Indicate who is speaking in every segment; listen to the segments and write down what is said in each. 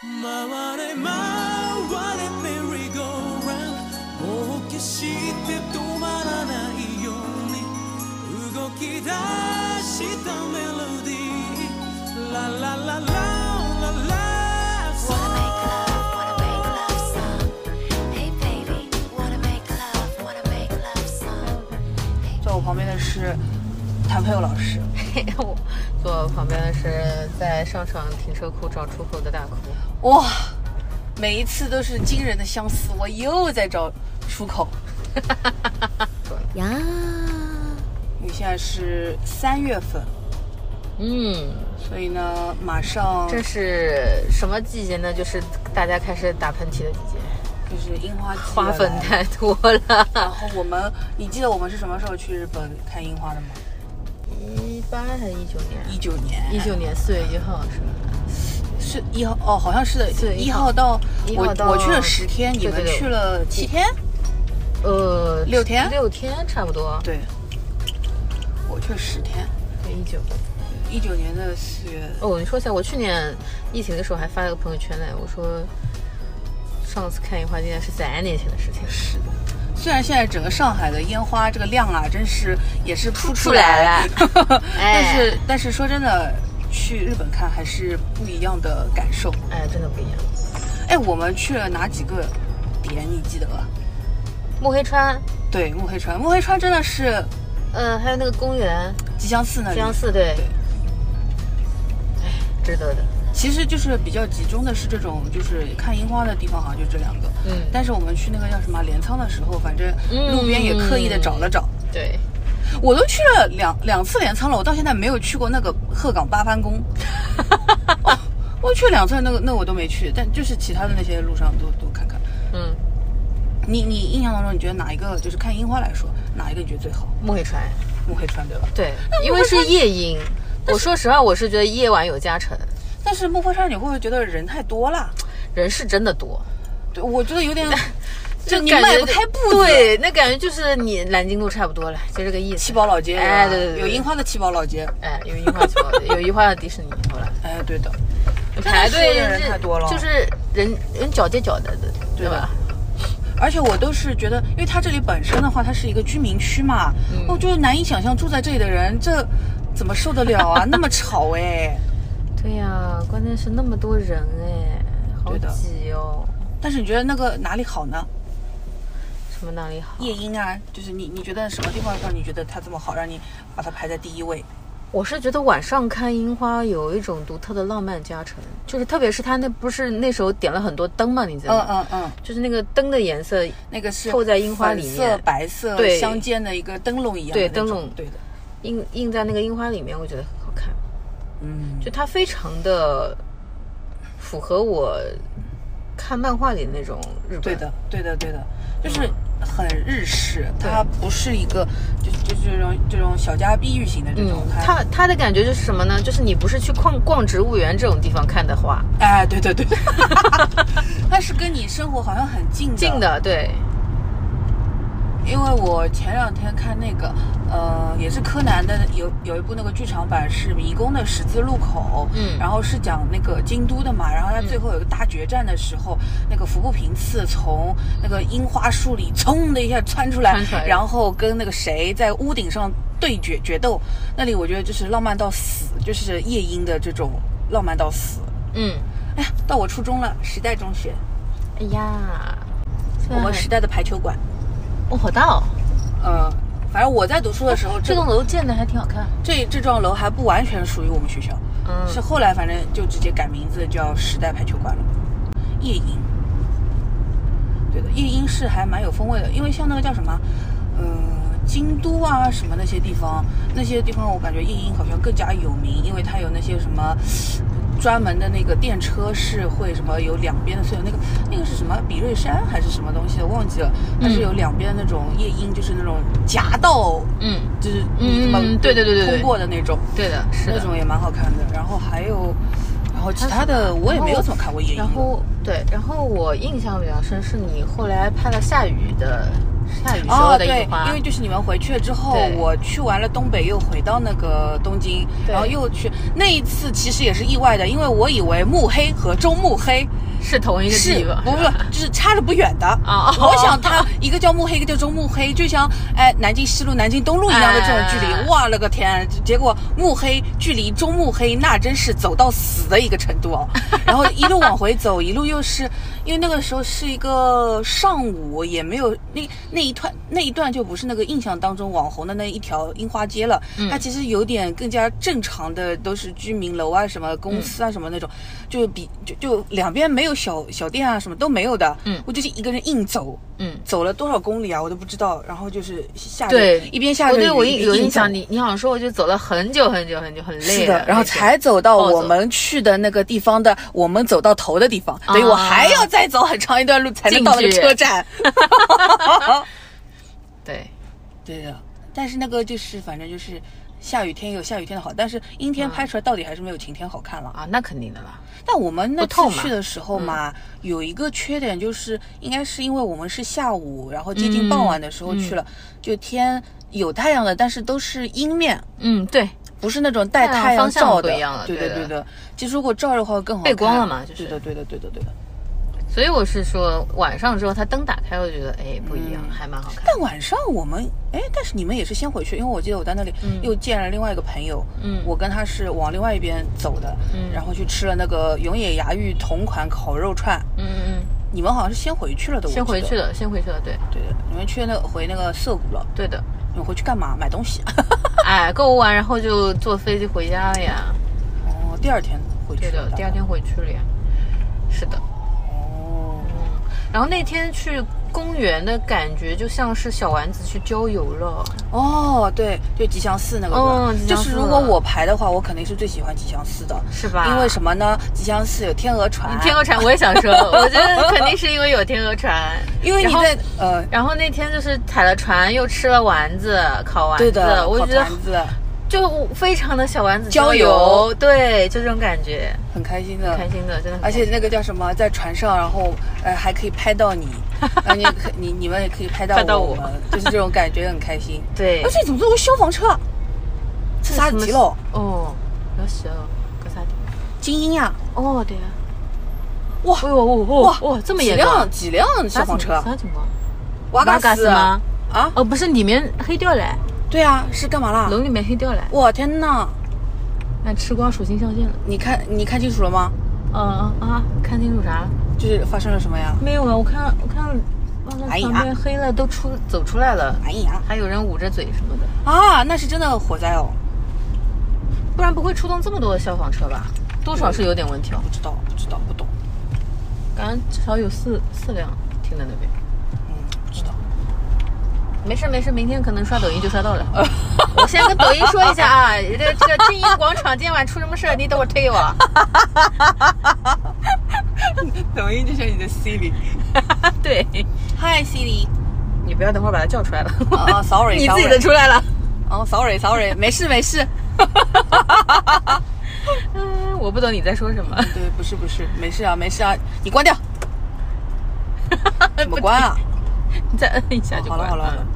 Speaker 1: 回れ回れメリーゴーランドもう決して止まらないように動き出したメロディーラララララララ
Speaker 2: Wanna make love, wanna make love song. Hey baby, wanna make love, wanna make love song.
Speaker 3: 坐我旁边的是谭佩佑老师，
Speaker 4: 我坐我旁边的是在商场停车库找出口的大哭。
Speaker 3: 哇，每一次都是惊人的相似，我又在找出口。
Speaker 4: 呀，
Speaker 3: 因为现在是三月份，
Speaker 4: 嗯，
Speaker 3: 所以呢，马上
Speaker 4: 这是什么季节呢？就是大家开始打喷嚏的季节，
Speaker 3: 就是樱花季了
Speaker 4: 花粉太多了。
Speaker 3: 然后我们，你记得我们是什么时候去日本看樱花的吗？
Speaker 4: 一八还是一九年？
Speaker 3: 一九年，
Speaker 4: 一九年四月一号是吧？
Speaker 3: 是一号哦，好像是的，
Speaker 4: 对
Speaker 3: 一号到
Speaker 4: 一号
Speaker 3: 我
Speaker 4: 到
Speaker 3: 我去了十天，
Speaker 4: 对
Speaker 3: 你们
Speaker 4: 对对
Speaker 3: 去了七天，
Speaker 4: 呃，
Speaker 3: 六天
Speaker 4: 六天差不多。
Speaker 3: 对，我去了十天，
Speaker 4: 对，一九。
Speaker 3: 一九年的四月，
Speaker 4: 哦，你说一下，我去年疫情的时候还发了个朋友圈来，我说上次看樱花竟然是三年前的事情。
Speaker 3: 是的。虽然现在整个上海的烟花这个量啊，真是也是扑
Speaker 4: 出来
Speaker 3: 了，但
Speaker 4: 哎
Speaker 3: 是但是说真的，去日本看还是不一样的感受。
Speaker 4: 哎，真的不一样。
Speaker 3: 哎，我们去了哪几个点？你记得吧？
Speaker 4: 慕黑川，
Speaker 3: 对，幕黑川，幕黑川真的是
Speaker 4: 呃，还有那个公园，
Speaker 3: 吉祥寺那
Speaker 4: 吉
Speaker 3: 里，
Speaker 4: 祥寺，对。哎，值得的。
Speaker 3: 其实就是比较集中的是这种，就是看樱花的地方，啊好像就这两个。
Speaker 4: 嗯
Speaker 3: 但是我们去那个叫什么镰仓的时候，反正
Speaker 4: 嗯
Speaker 3: 路边也刻意的找了找。
Speaker 4: 对，
Speaker 3: 我都去了两两次镰仓了，我到现在没有去过那个鹤岗八幡 宫。哦我去了两次，那个那我都没去，但就是其他的那些路上都都看看。
Speaker 4: 嗯，
Speaker 3: 你你印象当中，你觉得哪一个就是看樱花来说，哪一个你觉得最好？
Speaker 4: 慕黑川，
Speaker 3: 幕黑川对吧？
Speaker 4: 对，因为是夜莺。我说实话，我是觉得夜晚有加成，
Speaker 3: 但是幕黑川你会不会觉得人太多了？
Speaker 4: 人是真的多，
Speaker 3: 对，我觉得有 点，就你
Speaker 4: 感觉
Speaker 3: 迈不开步子。
Speaker 4: 对，那感觉就是你南京路差不多了，就这个意思。
Speaker 3: 七宝老街，
Speaker 4: 哎，对对对，
Speaker 3: 有樱，花的七宝老街，
Speaker 4: 哎，有樱花七宝，有樱花的迪士尼，好 了。
Speaker 3: 哎，对的，
Speaker 4: 排队
Speaker 3: 真的是
Speaker 4: 是
Speaker 3: 人太多了
Speaker 4: 就是人人脚接脚的，对
Speaker 3: 对
Speaker 4: 吧
Speaker 3: 吧？而且我都是觉得，因为它这里本身的话，它是一个居民区嘛，
Speaker 4: 嗯
Speaker 3: 我就难以想象住在这里的人这怎么受得了 啊？那么吵哎！
Speaker 4: 对呀、关键是那么多人哎，好
Speaker 3: 对的
Speaker 4: 挤哦。
Speaker 3: 但是你觉得那个哪里好呢？
Speaker 4: 什么哪里好？
Speaker 3: 夜莺啊，就是你你觉得什么地方让你觉得它这么好，让你把它排在第一位？
Speaker 4: 我是觉得晚上看樱花有一种独特的浪漫加成，就是特别是它那不是那时候点了很多灯嘛，你知道
Speaker 3: 嗯
Speaker 4: 吗？
Speaker 3: 嗯嗯，
Speaker 4: 就是那个灯的颜色，
Speaker 3: 那个是
Speaker 4: 透在樱花里
Speaker 3: 粉
Speaker 4: 面
Speaker 3: 色白色
Speaker 4: 对
Speaker 3: 相间的一个灯笼一样的
Speaker 4: 对
Speaker 3: 那种
Speaker 4: 灯笼
Speaker 3: 对的，
Speaker 4: 映映在那个樱花里面，我觉得很好看。
Speaker 3: 嗯，
Speaker 4: 就它非常的符合我看漫画里的那种日本。
Speaker 3: 对的，对的，对的，就是很日式，它
Speaker 4: 对
Speaker 3: 不是一个就就这种这种小家碧玉型的这种，
Speaker 4: 嗯，它它的感觉就是什么呢？就是你不是去逛逛植物园这种地方看的花，
Speaker 3: 哎，对对对， 它是跟你生活好像很近的
Speaker 4: 近，的对，
Speaker 3: 因为我前两天看那个呃，也是柯南的有有一部那个剧场版是迷宫的十字路口，
Speaker 4: 嗯
Speaker 3: 然后是讲那个京都的嘛，然后它
Speaker 4: 嗯
Speaker 3: 最后有个大决战的时候，那个服部平次从那个樱花树里噌的一下窜出来，
Speaker 4: 窜出来
Speaker 3: 然后跟那个谁在屋顶上对决决斗，那里我觉得就是浪漫到死，就是夜莺的这种浪漫到死。
Speaker 4: 嗯，
Speaker 3: 哎呀，到我初中了，时代中学，
Speaker 4: 哎呀，
Speaker 3: 我们时代的排球馆。
Speaker 4: 哦，好大哦，
Speaker 3: 呃，反正我在读书的时候，
Speaker 4: 这
Speaker 3: 这
Speaker 4: 栋楼建的还挺好看，
Speaker 3: 这这幢楼还不完全属于我们学校，
Speaker 4: 嗯
Speaker 3: 是后来反正就直接改名字叫时代排球馆了。夜莺，对的，夜莺是还蛮有风味的，因为像那个叫什么，呃，京都啊什么那些地方，那些地方我感觉夜莺好像更加有名，因为它有那些什么。专门的那个电车是会什么有两边的，所以那个那个是什么比瑞山还是什么东西的忘记了，它是
Speaker 4: 嗯
Speaker 3: 有两边那种夜莺，就是那种夹道
Speaker 4: 嗯，
Speaker 3: 就是你怎么
Speaker 4: 嗯对对对对对
Speaker 3: 通过的那种，
Speaker 4: 对的，是
Speaker 3: 那
Speaker 4: 的。
Speaker 3: 种也蛮好看的。然后还有，然后其他的我也没有怎么看过夜莺。
Speaker 4: 然后对，然后我印象比较深是你后来拍了下雨的下雨时
Speaker 3: 哦，
Speaker 4: 候的
Speaker 3: 对
Speaker 4: 樱花，，
Speaker 3: 因为就是你们回去了之后
Speaker 4: 对，
Speaker 3: 我去完了东北，又回到那个东京，
Speaker 4: 对
Speaker 3: 然后又去那一次，其实也是意外的，因为我以为目黑和中目黑
Speaker 4: 是同一个
Speaker 3: 是
Speaker 4: 地方，
Speaker 3: 不是就是差着不远 的
Speaker 4: 啊
Speaker 3: 我想它一个叫目黑，一个叫中目黑，就像哎南京西路、南京东路一样的这种距
Speaker 4: 哎
Speaker 3: 离，哇了个天！结果目黑距离中目黑那真是走到死的一个程度 哦。然后一路往回走，一路又是因为那个时候是一个上午，也没有那那一段那一段就不是那个印象当中网红的那一条樱花街了，
Speaker 4: 嗯
Speaker 3: 它其实有点更加正常的都是居民楼啊、什么公司
Speaker 4: 嗯
Speaker 3: 啊、什么那种，就比就就两边没有小小店啊，什么都没有的，
Speaker 4: 嗯
Speaker 3: 我就是一个人硬走。
Speaker 4: 嗯。
Speaker 3: 走了多少公里啊，我都不知道。然后就是下着
Speaker 4: 对，
Speaker 3: 一边下
Speaker 4: 我
Speaker 3: 着雨，
Speaker 4: 对我印
Speaker 3: 一边
Speaker 4: 有
Speaker 3: 硬
Speaker 4: 印
Speaker 3: 走
Speaker 4: 象，你你好像说我就走了很久很久很久，很累
Speaker 3: 是的，然后
Speaker 4: 而且
Speaker 3: 才走到
Speaker 4: 暴走
Speaker 3: 我们去的那个地方的，我们走到头的地方，
Speaker 4: 啊
Speaker 3: 等于我还要再走很长一段路才能到那个
Speaker 4: 进去
Speaker 3: 车站。
Speaker 4: 对，
Speaker 3: 对的，但是那个就是反正就是下雨天有下雨天的好，但是阴天拍出来到底还是没有晴天好看了。
Speaker 4: 啊，那肯定的啦。
Speaker 3: 但我们那
Speaker 4: 不透
Speaker 3: 次
Speaker 4: 嘛嗯
Speaker 3: 去的时候嘛，有一个缺点就是，应该是因为我们是下午，然后接近傍晚的时候去了，就天有太阳的，但是都是阴面，
Speaker 4: 嗯，对，
Speaker 3: 不是那种带
Speaker 4: 太阳
Speaker 3: 太阳
Speaker 4: 方向
Speaker 3: 照
Speaker 4: 不
Speaker 3: 的。
Speaker 4: 一样了
Speaker 3: 对
Speaker 4: 对的
Speaker 3: 对的。其实如果照的话更好看。
Speaker 4: 背光了嘛就是
Speaker 3: 对的对的对的对的。
Speaker 4: 所以我是说晚上之后它灯打开，我觉得哎不一样，还蛮好看。
Speaker 3: 但晚上嗯我们哎，但是你们也是先回去，因为我记得我在那里又见了另外一个朋友，
Speaker 4: 嗯
Speaker 3: 我跟他是往另外一边走的，
Speaker 4: 嗯
Speaker 3: 然后去吃了那个永野芽郁同款烤肉串。
Speaker 4: 嗯嗯
Speaker 3: 你们好像是先回去了的，
Speaker 4: 嗯，
Speaker 3: 我
Speaker 4: 先
Speaker 3: 记
Speaker 4: 回
Speaker 3: 得
Speaker 4: 去了，先回去了，对
Speaker 3: 对的，你们去那回那个涩谷了，
Speaker 4: 对的。
Speaker 3: 你们回去干嘛？买东西。
Speaker 4: 哎，购物完然后就坐飞机回家了呀。
Speaker 3: 哦，第二天回去
Speaker 4: 对
Speaker 3: 了
Speaker 4: 的，。第二。天回去了呀。是的。嗯
Speaker 3: 哦，
Speaker 4: 然后那天去公园的感觉就像是小丸子去郊游了。
Speaker 3: 哦，对，就吉祥寺那个地方，
Speaker 4: 嗯吉
Speaker 3: 就
Speaker 4: 祥寺
Speaker 3: 是如果我排的话，我肯定是最喜欢吉祥寺的，
Speaker 4: 是吧
Speaker 3: 因为什么呢？吉祥寺有天鹅船，
Speaker 4: 天鹅，船我也想说，我觉得肯定是因为有天鹅船，
Speaker 3: 因为你
Speaker 4: 然后
Speaker 3: 在呃，
Speaker 4: 然后那天就是踩了船，又吃了丸子，烤丸子，
Speaker 3: 对的，
Speaker 4: 我
Speaker 3: 烤
Speaker 4: 觉得
Speaker 3: 团子
Speaker 4: 就非常的小丸子
Speaker 3: 郊游
Speaker 4: 游，对，就这种感觉，
Speaker 3: 很开心的，
Speaker 4: 开。心的，真的很开
Speaker 3: 而且
Speaker 4: 心。
Speaker 3: 那个叫什么，在船上，然后呃还可以拍到 你，啊，你可你你们也可以拍到
Speaker 4: 拍到
Speaker 3: 我
Speaker 4: 我
Speaker 3: 们，就是这种感觉很开心。
Speaker 4: 对
Speaker 3: 而，且怎么这么消防车啊？
Speaker 4: 这
Speaker 3: 啥
Speaker 4: 什么
Speaker 3: 急了？
Speaker 4: 哦，有时候干啥的？
Speaker 3: 精英呀，
Speaker 4: 哦，对呀。
Speaker 3: 哇
Speaker 4: 哎呦，哦哦哦，这么
Speaker 3: 几
Speaker 4: 严重啊
Speaker 3: 辆？几辆消防车啊？
Speaker 4: 啥情况？
Speaker 3: 瓦
Speaker 4: 瓦
Speaker 3: 嘎
Speaker 4: 嘎
Speaker 3: 斯
Speaker 4: 斯吗？
Speaker 3: 啊？
Speaker 4: 哦，不是，里面黑掉了，
Speaker 3: 对啊，是干嘛啦？
Speaker 4: 笼里面黑掉了，
Speaker 3: 我天呐，
Speaker 4: 那吃光属性上线了。
Speaker 3: 你看你看清楚了吗？
Speaker 4: 嗯嗯啊，看清楚啥了？
Speaker 3: 就是发生了什么呀？
Speaker 4: 没有啊，我看我看，忘了
Speaker 3: 哎呀
Speaker 4: 旁边黑了，都出走出来了，
Speaker 3: 哎呀
Speaker 4: 还有人捂着嘴什么的，
Speaker 3: 啊，那是真的火灾哦！
Speaker 4: 不然不会出动这么多的消防车吧？多少是有点问题哦，
Speaker 3: 不知道，不知道，不懂，
Speaker 4: 感觉至少有四四辆停在那边。
Speaker 3: 嗯，不知道。
Speaker 4: 没事没事，明天可能刷抖音就刷到了。 我先跟抖音说一下啊，这个这个金鹰广场今天晚上出什么事儿，你等会儿推给我啊。
Speaker 3: 抖音就像你的 Siri。
Speaker 4: 对，
Speaker 3: Hi Siri。
Speaker 4: 你不要等会儿把它叫出来了。
Speaker 3: 啊，sorry，
Speaker 4: 你自己的出来了。
Speaker 3: 哦，sorry，sorry，没事没事。
Speaker 4: 嗯，我不懂你在说什 么。
Speaker 3: 对，不是不是，没事啊没事啊，你关掉。 怎么关啊？
Speaker 4: 你再摁一下就
Speaker 3: 好了
Speaker 4: 关
Speaker 3: 好了好了。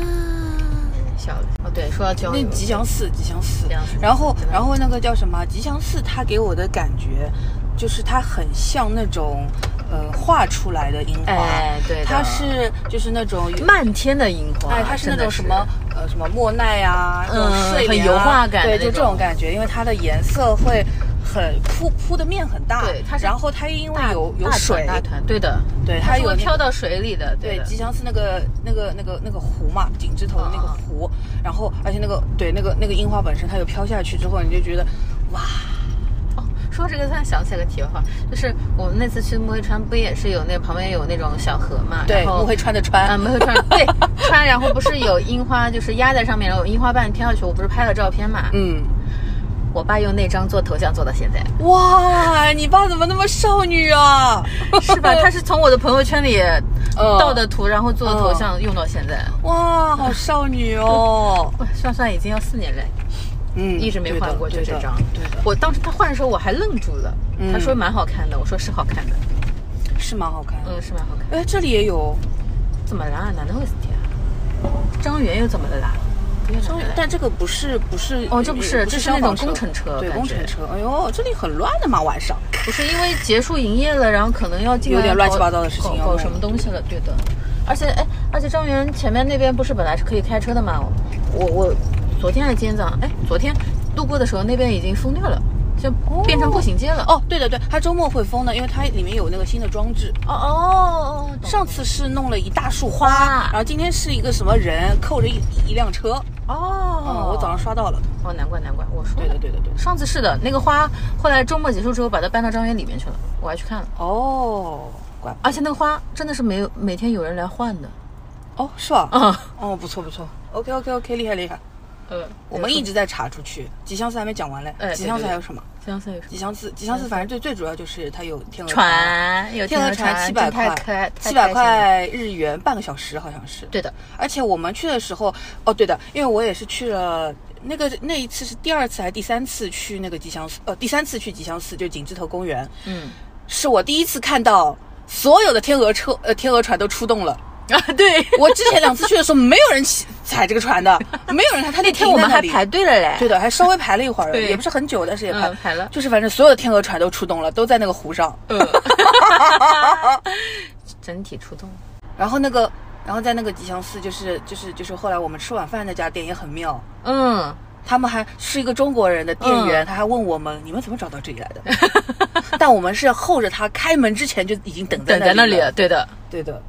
Speaker 4: 嗯小了。哦，对，说到交
Speaker 3: 那
Speaker 4: 友，
Speaker 3: 吉祥寺，吉祥寺
Speaker 4: 吉祥寺，
Speaker 3: 然后
Speaker 4: 真的
Speaker 3: 然后那个叫什么？吉祥寺，它给我的感觉就是它很像那种呃画出来的樱花，
Speaker 4: 哎对的
Speaker 3: 它是就是那种有
Speaker 4: 漫天的樱花，
Speaker 3: 哎，它是那种
Speaker 4: 真的
Speaker 3: 什么呃什么莫奈啊，这种
Speaker 4: 嗯
Speaker 3: 睡莲啊
Speaker 4: 很油画感
Speaker 3: 对，
Speaker 4: 的
Speaker 3: 就
Speaker 4: 那
Speaker 3: 这
Speaker 4: 种
Speaker 3: 种感觉，因为它的颜色会很铺铺的面很大，
Speaker 4: 对它是
Speaker 3: 然后它因为
Speaker 4: 大
Speaker 3: 有有
Speaker 4: 大团
Speaker 3: 水，
Speaker 4: 大团，对的，
Speaker 3: 对，
Speaker 4: 它
Speaker 3: 它
Speaker 4: 是
Speaker 3: 有
Speaker 4: 会
Speaker 3: 那
Speaker 4: 飘
Speaker 3: 个。
Speaker 4: 到水里的，
Speaker 3: 对，
Speaker 4: 的
Speaker 3: 吉祥寺那个那个那个那个湖嘛，井字头的那个
Speaker 4: 嗯嗯
Speaker 3: 湖，然后而且那个对那个那个樱花本身，它有飘下去之后，你就觉得哇，
Speaker 4: 哦，说这个突然想起来个题外话，就是我们那次去慕黑川，不也是有那旁边有那种小河嘛？
Speaker 3: 对，
Speaker 4: 然后
Speaker 3: 不会穿的穿，
Speaker 4: 啊，慕黑川对川，然后不是有樱花，就是压在上面，然后有樱花瓣飘下去，我不是拍了照片嘛？
Speaker 3: 嗯，
Speaker 4: 我爸用那张做头像做到现 在，
Speaker 3: 哇，你爸怎么那么少女啊？
Speaker 4: 是吧？他是从我的朋友圈里
Speaker 3: 嗯
Speaker 4: 盗的图，然后做的头像用到现在，
Speaker 3: 哇，好少女哦，
Speaker 4: 哇算算已经要四年了。
Speaker 3: 嗯，
Speaker 4: 一直没
Speaker 3: 对的
Speaker 4: 换过，就
Speaker 3: 对
Speaker 4: 这
Speaker 3: 的
Speaker 4: 张。
Speaker 3: 对的，
Speaker 4: 我当时他换的时候嗯我还愣住了，他说蛮好看的，我说是好看的，
Speaker 3: 是蛮好看的。
Speaker 4: 嗯，是蛮好看的。
Speaker 3: 哎，这里也有，
Speaker 4: 怎么啦？哪能回事体啊？张园又怎么了啦？不要
Speaker 3: 终于
Speaker 4: 了
Speaker 3: 但这个不是不是
Speaker 4: 哦这不是这是那种
Speaker 3: 消防
Speaker 4: 工程车
Speaker 3: 对
Speaker 4: 感
Speaker 3: 工
Speaker 4: 觉
Speaker 3: 程车。哎呦，这里很乱的嘛，晚上。
Speaker 4: 不是因为结束营业了，然后可能要进来
Speaker 3: 有点乱七
Speaker 4: 搞
Speaker 3: 八糟的事情
Speaker 4: 搞
Speaker 3: 要
Speaker 4: 搞
Speaker 3: 弄
Speaker 4: 什么东西了，对的。而且哎，而且张园前面那边不是本来是可以开车的嘛？我我昨天还是今天早上，哎，昨天路过的时候那边已经封掉了，就变成步行街了。
Speaker 3: 哦，对的对，它周末会封的，因为它里面有那个新的装置。
Speaker 4: 哦哦哦，
Speaker 3: 上
Speaker 4: 上
Speaker 3: 次是弄了一大束花，
Speaker 4: 花
Speaker 3: 然后今天是一个什么人扣着一一辆车。
Speaker 4: 哦
Speaker 3: 哦，，我早上刷到了。
Speaker 4: 哦，难怪难怪，我说
Speaker 3: 对的
Speaker 4: 呢
Speaker 3: 对的对的。
Speaker 4: 上次是的，那个花后来周末结束之后把它搬到张园里面去了，我还去看了，
Speaker 3: 哦，怪不
Speaker 4: 而且那个花真的是没有每天有人来换的
Speaker 3: 哦是吧？
Speaker 4: 啊，
Speaker 3: 哦，不错不错。OK OK OK，厉害厉害。
Speaker 4: 呃，
Speaker 3: 我们一直在查出去，吉祥寺还没讲完嘞
Speaker 4: 哎。
Speaker 3: 吉祥寺
Speaker 4: 对对对
Speaker 3: 还有什么？
Speaker 4: 这样算有什么
Speaker 3: 吉祥寺，吉祥寺，反正最最主要就是它有天鹅
Speaker 4: 船有
Speaker 3: 天鹅
Speaker 4: 船，
Speaker 3: 七百
Speaker 4: 真太
Speaker 3: 块，
Speaker 4: 可爱，太
Speaker 3: 七百
Speaker 4: 开心了。
Speaker 3: 块日元，半个小时好像是。
Speaker 4: 对的，
Speaker 3: 而且我们去的时候，哦，对的，因为我也是去了那个那一次是第二次还是第三次去那个吉祥寺，呃，第三次去吉祥寺，就景芝头公园，
Speaker 4: 嗯，
Speaker 3: 是我第一次看到所有的天鹅车，呃，天鹅船都出动了。
Speaker 4: 啊对，
Speaker 3: 我之前两次去的时候，没有人骑踩这个船的，没有人看。他那
Speaker 4: 那天我们还排队了嘞，
Speaker 3: 对的，还稍微排了一会儿，
Speaker 4: 对
Speaker 3: 也不是很久，但是也排、
Speaker 4: 嗯排了
Speaker 3: 就是反正所有的天鹅船都出动了，都在那个湖上。
Speaker 4: 整体出动。
Speaker 3: 然后那个，然后在那个吉祥寺，就是就是就是后来我们吃晚饭那家店也很妙，
Speaker 4: 嗯，
Speaker 3: 他们还是一个中国人的店员，
Speaker 4: 嗯
Speaker 3: 他还问我们你们怎么找到这里来的？ 但我们是候着他开门之前就已经等在
Speaker 4: 等在那
Speaker 3: 里
Speaker 4: 里
Speaker 3: 了
Speaker 4: 了，对的，
Speaker 3: 对的。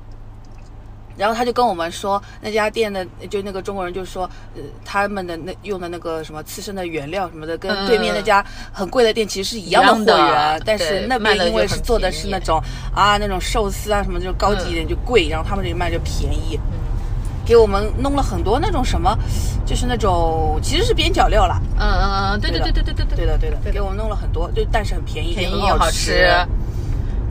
Speaker 3: 然后他就跟我们说，那家店的就那个中国人就说，呃，他们的那用的那个什么刺身的原料什么的，跟
Speaker 4: 嗯
Speaker 3: 对面那家很贵的店其实是一样
Speaker 4: 一样
Speaker 3: 的
Speaker 4: 的
Speaker 3: 货源，但
Speaker 4: 对
Speaker 3: 是那
Speaker 4: 卖
Speaker 3: 边
Speaker 4: 了
Speaker 3: 因为
Speaker 4: 就很
Speaker 3: 是做的是
Speaker 4: 便宜
Speaker 3: 那种啊那种寿司啊什么这种高级一点就
Speaker 4: 嗯
Speaker 3: 贵，然后他们这里卖就便宜，给我们弄了很多那种什么，就是那种其实是边角料啦，
Speaker 4: 嗯嗯嗯，对对
Speaker 3: 对的
Speaker 4: 对对对对
Speaker 3: 对的对的，
Speaker 4: 对的
Speaker 3: 给我们弄了很多，就但是很便宜，
Speaker 4: 便宜
Speaker 3: 也
Speaker 4: 又
Speaker 3: 很
Speaker 4: 好
Speaker 3: 吃
Speaker 4: 吃。。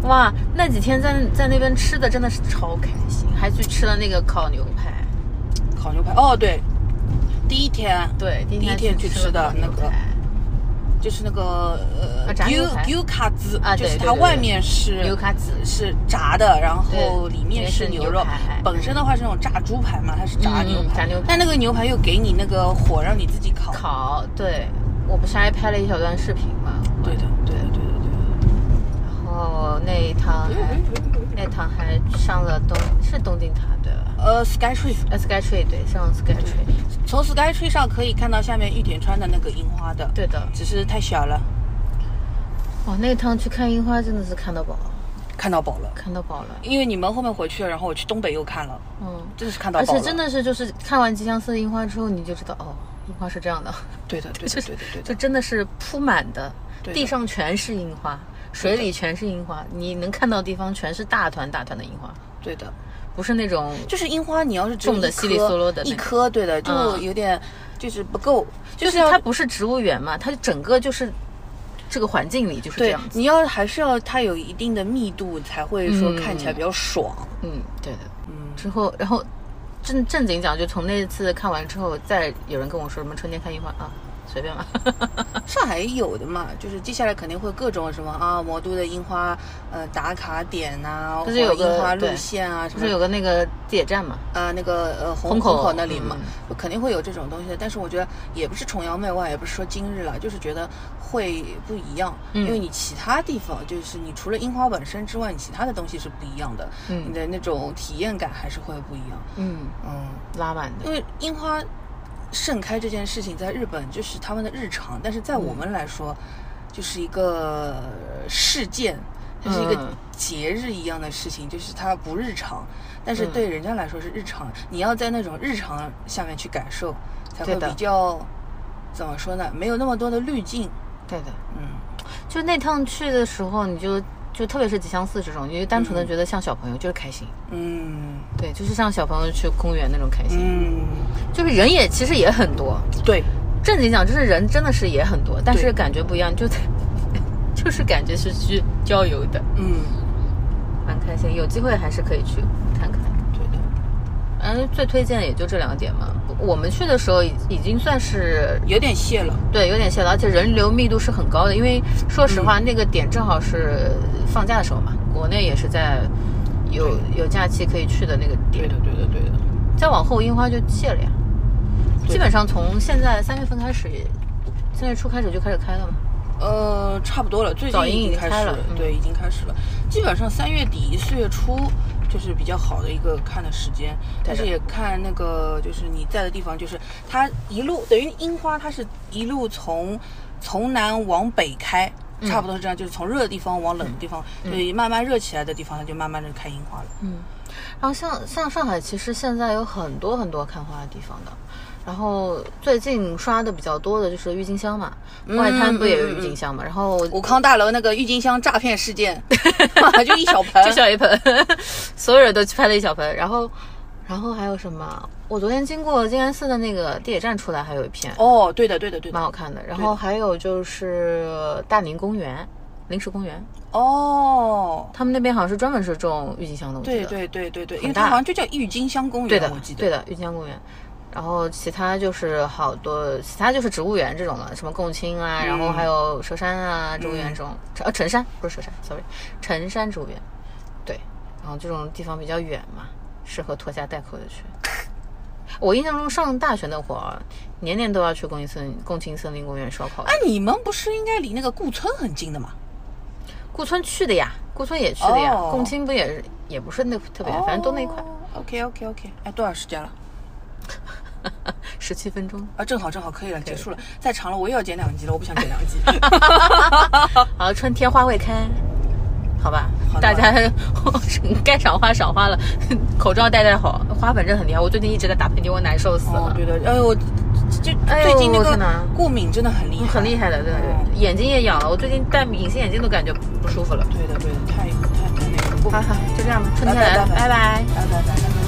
Speaker 4: 哇，那几天在在那边吃的真的是超开心，还去吃了那个烤牛排。
Speaker 3: 烤牛排哦对，第一天
Speaker 4: 对，第
Speaker 3: 第一天去吃
Speaker 4: 了
Speaker 3: 的
Speaker 4: 烤
Speaker 3: 那
Speaker 4: 牛
Speaker 3: 个
Speaker 4: 排
Speaker 3: 就是那个
Speaker 4: 啊
Speaker 3: 呃
Speaker 4: 炸牛
Speaker 3: 牛
Speaker 4: 排
Speaker 3: 牛卡子
Speaker 4: 啊
Speaker 3: 就
Speaker 4: 对
Speaker 3: 是
Speaker 4: 对
Speaker 3: 它
Speaker 4: 对
Speaker 3: 外
Speaker 4: 对
Speaker 3: 面是
Speaker 4: 牛卡子
Speaker 3: 是炸的，然后
Speaker 4: 对
Speaker 3: 里面
Speaker 4: 也
Speaker 3: 是
Speaker 4: 是
Speaker 3: 牛
Speaker 4: 牛
Speaker 3: 肉
Speaker 4: 排。
Speaker 3: 本身的话是那种炸猪排嘛，它是炸
Speaker 4: 嗯
Speaker 3: 牛排，
Speaker 4: 炸牛排
Speaker 3: 但那个牛排又给你那个火让你自己烤。
Speaker 4: 烤，对，我不是还拍了一小段视频嘛，
Speaker 3: 对的，对的，对的，对
Speaker 4: 然后那一趟还那趟还上了东是东京塔对吧？
Speaker 3: 的。呃，Sky Tree
Speaker 4: 呃，Sky Tree 对，上 Sky Tree，
Speaker 3: 从 Sky Tree 上可以看到下面玉田川的那个樱花的，
Speaker 4: 对的。
Speaker 3: 只是太小了，
Speaker 4: 哇，那一趟去看樱花真的是看到饱，
Speaker 3: 看到饱了。
Speaker 4: 看到饱了，
Speaker 3: 因为你们后面回去了，然后我去东北又看了，
Speaker 4: 嗯。
Speaker 3: 真的是看到
Speaker 4: 而
Speaker 3: 饱了。
Speaker 4: 且真的是，就是看完吉祥寺的樱花之后，你就知道哦，樱花是这样的，
Speaker 3: 对的，对的，对的，对的
Speaker 4: 就。真的是铺满的，
Speaker 3: 对的
Speaker 4: 地上全是樱花，水里全是樱花，你能看到的地方全是大团大团的樱花，
Speaker 3: 对的，
Speaker 4: 不是那种
Speaker 3: 就是樱花，你要是只有
Speaker 4: 种得
Speaker 3: 一颗
Speaker 4: 稀里嗦啰的那
Speaker 3: 一
Speaker 4: 种
Speaker 3: 颗，对的，就
Speaker 4: 嗯
Speaker 3: 有点就是不够，就
Speaker 4: 就是
Speaker 3: 要
Speaker 4: 它不是植物园嘛，它整个就是这个环境里就是这
Speaker 3: 对
Speaker 4: 样，子。
Speaker 3: 你要还是要它有一定的密度，才会说
Speaker 4: 嗯
Speaker 3: 看起来比较爽。
Speaker 4: 嗯，对的。嗯，之后然后正正经讲，就从那次看完之后，再有人跟我说什么春天看樱花啊，随 便吧。
Speaker 3: 上海也有的嘛，就是接下来肯定会各种什么啊，魔都的樱花呃打卡点呐、
Speaker 4: 不是有
Speaker 3: 或者樱
Speaker 4: 个
Speaker 3: 花路
Speaker 4: 对
Speaker 3: 线啊什
Speaker 4: 不
Speaker 3: 么
Speaker 4: 是有个那个地铁站嘛？
Speaker 3: 啊、那个呃红
Speaker 4: 虹口
Speaker 3: 口那里嘛
Speaker 4: 嗯，
Speaker 3: 就肯定会有这种东西的。但是我觉得也不是崇洋媚外，也不是说今日了，就是觉得会不一样，
Speaker 4: 嗯
Speaker 3: 因为你其他地方就是你除了樱花本身之外，你其他的东西是不一样的，
Speaker 4: 嗯
Speaker 3: 你的那种体验感还是会不一样。
Speaker 4: 嗯，
Speaker 3: 嗯，
Speaker 4: 拉满的
Speaker 3: 因。为樱花盛开这件事情在日本就是他们的日常，但是在我们来说，就是一个事件，它是一个
Speaker 4: 嗯
Speaker 3: 节日一样的事情，就是它不日常，但是对人家来说是日常。你要在那种日常下面去感受，才会
Speaker 4: 对的
Speaker 3: 比较怎么说呢？没有那么多的滤镜。
Speaker 4: 对的。
Speaker 3: 嗯，
Speaker 4: 就那趟去的时候，你就就特别是吉祥寺这种，你就单纯的觉得像小朋友，就是开心。
Speaker 3: 嗯
Speaker 4: 对，就是像小朋友去公园那种开心，
Speaker 3: 嗯，
Speaker 4: 就是人也其实也很多，
Speaker 3: 对，
Speaker 4: 正经讲，就是人真的是也很多，但
Speaker 3: 对
Speaker 4: 是感觉不一样，就 就是感觉是去郊游的，
Speaker 3: 嗯，
Speaker 4: 蛮开心。有机会还是可以去看看。
Speaker 3: 对的，
Speaker 4: 嗯，最推荐也就这两点嘛。我们去的时候已已经算是
Speaker 3: 有点谢了。
Speaker 4: 对有点谢了，而且人流密度是很高的，嗯因为说实话，那个点正好是放假的时候嘛，国内也是在有有假期可以去的那个
Speaker 3: 对
Speaker 4: 点。
Speaker 3: 的，对的，对的。
Speaker 4: 再往后樱花就谢了呀，
Speaker 3: 对
Speaker 4: 基本上从现在三月份开始，三月初开始就开始开了嘛。
Speaker 3: 呃，差不多了，最
Speaker 4: 早
Speaker 3: 近
Speaker 4: 樱
Speaker 3: 已
Speaker 4: 已
Speaker 3: 经
Speaker 4: 经
Speaker 3: 开
Speaker 4: 开
Speaker 3: 始
Speaker 4: 了嗯
Speaker 3: 对，已经开始了。基本上三月底四月初就是比较好的一个看的时间，但是
Speaker 4: 的
Speaker 3: 也看那个就是你在的地方，就是它一路等于樱花，它是一路从从南往北开。
Speaker 4: 嗯
Speaker 3: 差不多是这样，就是从热的地方往冷的地方，对，慢慢热起来的地方，它就慢慢的开樱花了。
Speaker 4: 嗯然后像像上海，其实现在有很多很多看花的地方的。然后最近刷的比较多的就是郁金香嘛，
Speaker 3: 嗯
Speaker 4: 外滩不也有郁金香嘛？然后
Speaker 3: 武康大楼那个郁金香诈骗事件， 就一小盆，
Speaker 4: 就小一盆，所有人都去拍了一小盆。然后，然后还有什么？我昨天经过静安寺的那个地铁站出来，还有一片、
Speaker 3: 哦，对的，对的，对的
Speaker 4: 蛮，好看的。然后还有就是大宁公园、临时公园，
Speaker 3: 哦，
Speaker 4: 他们那边好像是专门是种郁金香的，我记
Speaker 3: 对
Speaker 4: 得。
Speaker 3: 对对对对，因
Speaker 4: 很
Speaker 3: 为
Speaker 4: 大
Speaker 3: 它好像就叫郁金香公园，
Speaker 4: 对的
Speaker 3: 我记，得。
Speaker 4: 对的，郁金香公园。然后其他就是好多，其他就是植物园这种了，什么共青啊，然
Speaker 3: 嗯
Speaker 4: 后还有佘山啊植物园这种，呃、辰山不是佘山，sorry，辰山植物园，对，然后这种地方比较远嘛，适合拖家带口的 去。我印象中上大学那会儿，年年都要去共青森共青森林公园烧烤的，
Speaker 3: 哎，你们不是应该离那个顾村很近的吗？
Speaker 4: 顾村去的呀，顾村也去的呀，
Speaker 3: 哦
Speaker 4: 共青不也是也不是那特别远，反正都那一块，
Speaker 3: OK OK OK，哎，多少时间了？
Speaker 4: 十七分钟。
Speaker 3: 啊，正好正好可以了，结束了。再长了我又要剪两集了，我不想剪两 集。
Speaker 4: 好，春天花会开，好吧？
Speaker 3: 好的
Speaker 4: 大家 该赏花赏花了，口罩戴戴好，花粉症很厉害，我最近一直在打喷嚏，我难受死了。
Speaker 3: 哦，对的，哎呦，这
Speaker 4: 哎呦
Speaker 3: 最近那
Speaker 4: 我天
Speaker 3: 个
Speaker 4: 哪
Speaker 3: 过敏真的很厉害，
Speaker 4: 很厉害的，对对
Speaker 3: 哦
Speaker 4: 对，眼睛也痒了，我最近戴隐形眼镜都感觉不舒服了。
Speaker 3: 对的对的，太太太那个过
Speaker 4: 好
Speaker 3: 敏。
Speaker 4: 好，就这样吧，春天来了，
Speaker 3: 拜拜
Speaker 4: 拜拜
Speaker 3: 拜拜拜拜。